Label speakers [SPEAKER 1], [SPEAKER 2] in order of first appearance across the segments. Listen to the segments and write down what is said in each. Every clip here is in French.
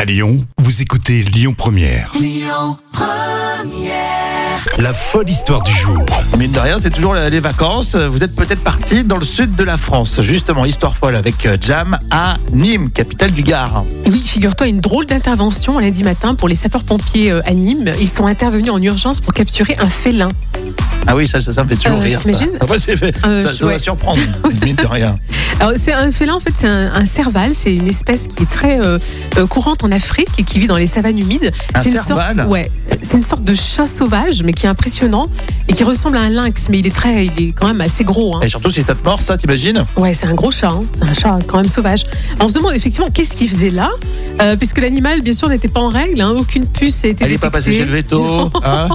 [SPEAKER 1] À Lyon, vous écoutez Lyon Première. Lyon Première. La folle histoire du jour.
[SPEAKER 2] Mine de rien, c'est toujours les vacances. Vous êtes peut-être parti dans le sud de la France. Justement, histoire folle avec euh, Jam à Nîmes, capitale du Gard.
[SPEAKER 3] Oui, figure-toi une drôle d'intervention lundi matin pour les sapeurs-pompiers euh, à Nîmes. Ils sont intervenus en urgence pour capturer un félin.
[SPEAKER 2] Ah oui, ça, ça, ça me fait toujours
[SPEAKER 3] Euh,
[SPEAKER 2] rire. ça.
[SPEAKER 3] t'imagines
[SPEAKER 2] Ah bah, c'est fait.
[SPEAKER 3] Euh,
[SPEAKER 2] ça, ça
[SPEAKER 3] ouais.
[SPEAKER 2] va surprendre, mine de rien.
[SPEAKER 3] Alors, c'est un félin, en fait, c'est un, un serval. C'est une espèce qui est très euh, euh, courante en Afrique et qui vit dans les savanes humides.
[SPEAKER 2] Un
[SPEAKER 3] c'est une
[SPEAKER 2] serval
[SPEAKER 3] sorte, ouais, c'est une sorte de chat sauvage, mais qui est impressionnant et qui ressemble à un lynx, mais il est très, il est quand même assez gros. hein.
[SPEAKER 2] Et surtout, si ça te mord, ça, t'imagines
[SPEAKER 3] Ouais, c'est un gros chat, hein. c'est un chat quand même sauvage. On se demande effectivement qu'est-ce qu'il faisait là, euh, puisque l'animal, bien sûr, n'était pas en règle, hein. aucune puce n'a été
[SPEAKER 2] Elle n'est pas
[SPEAKER 3] détectée.
[SPEAKER 2] passée chez le veto. hein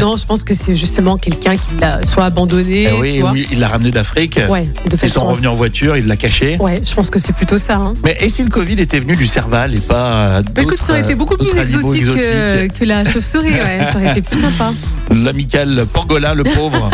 [SPEAKER 3] Non, je pense que c'est justement quelqu'un qui l'a soit abandonné,
[SPEAKER 2] Eh
[SPEAKER 3] tu
[SPEAKER 2] oui,
[SPEAKER 3] vois.
[SPEAKER 2] oui, il l'a ramené d'Afrique.
[SPEAKER 3] Ouais, de
[SPEAKER 2] Ils sont
[SPEAKER 3] façon.
[SPEAKER 2] revenus en voiture, il l'a caché.
[SPEAKER 3] Ouais, je pense que c'est plutôt ça. hein.
[SPEAKER 2] Mais et si le Covid était venu du Serval et pas euh,
[SPEAKER 3] Mais Bah, écoute, ça aurait
[SPEAKER 2] d'autres,
[SPEAKER 3] été beaucoup
[SPEAKER 2] d'autres
[SPEAKER 3] plus
[SPEAKER 2] animaux
[SPEAKER 3] exotique que,
[SPEAKER 2] exotiques
[SPEAKER 3] que la chauve-souris, ouais. ça aurait été plus sympa.
[SPEAKER 2] L'amical Pangolin, le pauvre.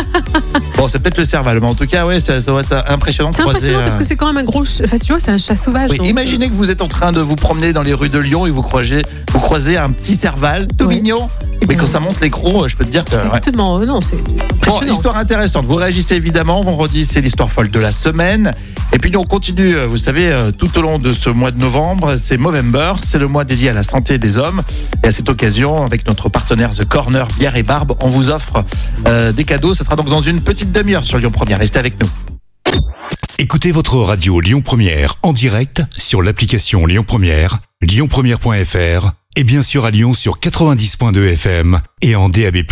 [SPEAKER 2] bon, c'est peut-être le Serval, mais en tout cas, ouais, ça, ça va être impressionnant de
[SPEAKER 3] C'est
[SPEAKER 2] croiser.
[SPEAKER 3] impressionnant
[SPEAKER 2] euh,
[SPEAKER 3] parce que c'est quand même un gros. ch- Enfin, tu vois, c'est un chat sauvage.
[SPEAKER 2] Oui,
[SPEAKER 3] donc,
[SPEAKER 2] imaginez que vous êtes en train de vous promener dans les rues de Lyon et vous croisez, vous croisez un petit serval tout
[SPEAKER 3] Ouais.
[SPEAKER 2] mignon.
[SPEAKER 3] eh
[SPEAKER 2] Mais
[SPEAKER 3] ben,
[SPEAKER 2] quand ça monte les gros, euh, je peux te dire que. ouais.
[SPEAKER 3] Exactement, euh, non, c'est
[SPEAKER 2] Bon,
[SPEAKER 3] impressionnant.
[SPEAKER 2] histoire intéressante. Vous réagissez évidemment. Vendredi, c'est l'histoire folle de la semaine. Et puis, nous, on continue. euh, Vous savez, euh, tout au long de ce mois de novembre, c'est Movember. C'est le mois dédié à la santé des hommes. Et à cette occasion, avec notre partenaire The Corner Bière et Barbe, on vous offre euh, des cadeaux. Ça sera donc dans une petite demi-heure sur Lyon Première. Restez avec nous.
[SPEAKER 1] Écoutez votre radio Lyon Première en direct sur l'application Lyon Première, lyonpremière.fr et bien sûr à Lyon sur 90.2 FM et en DAB+.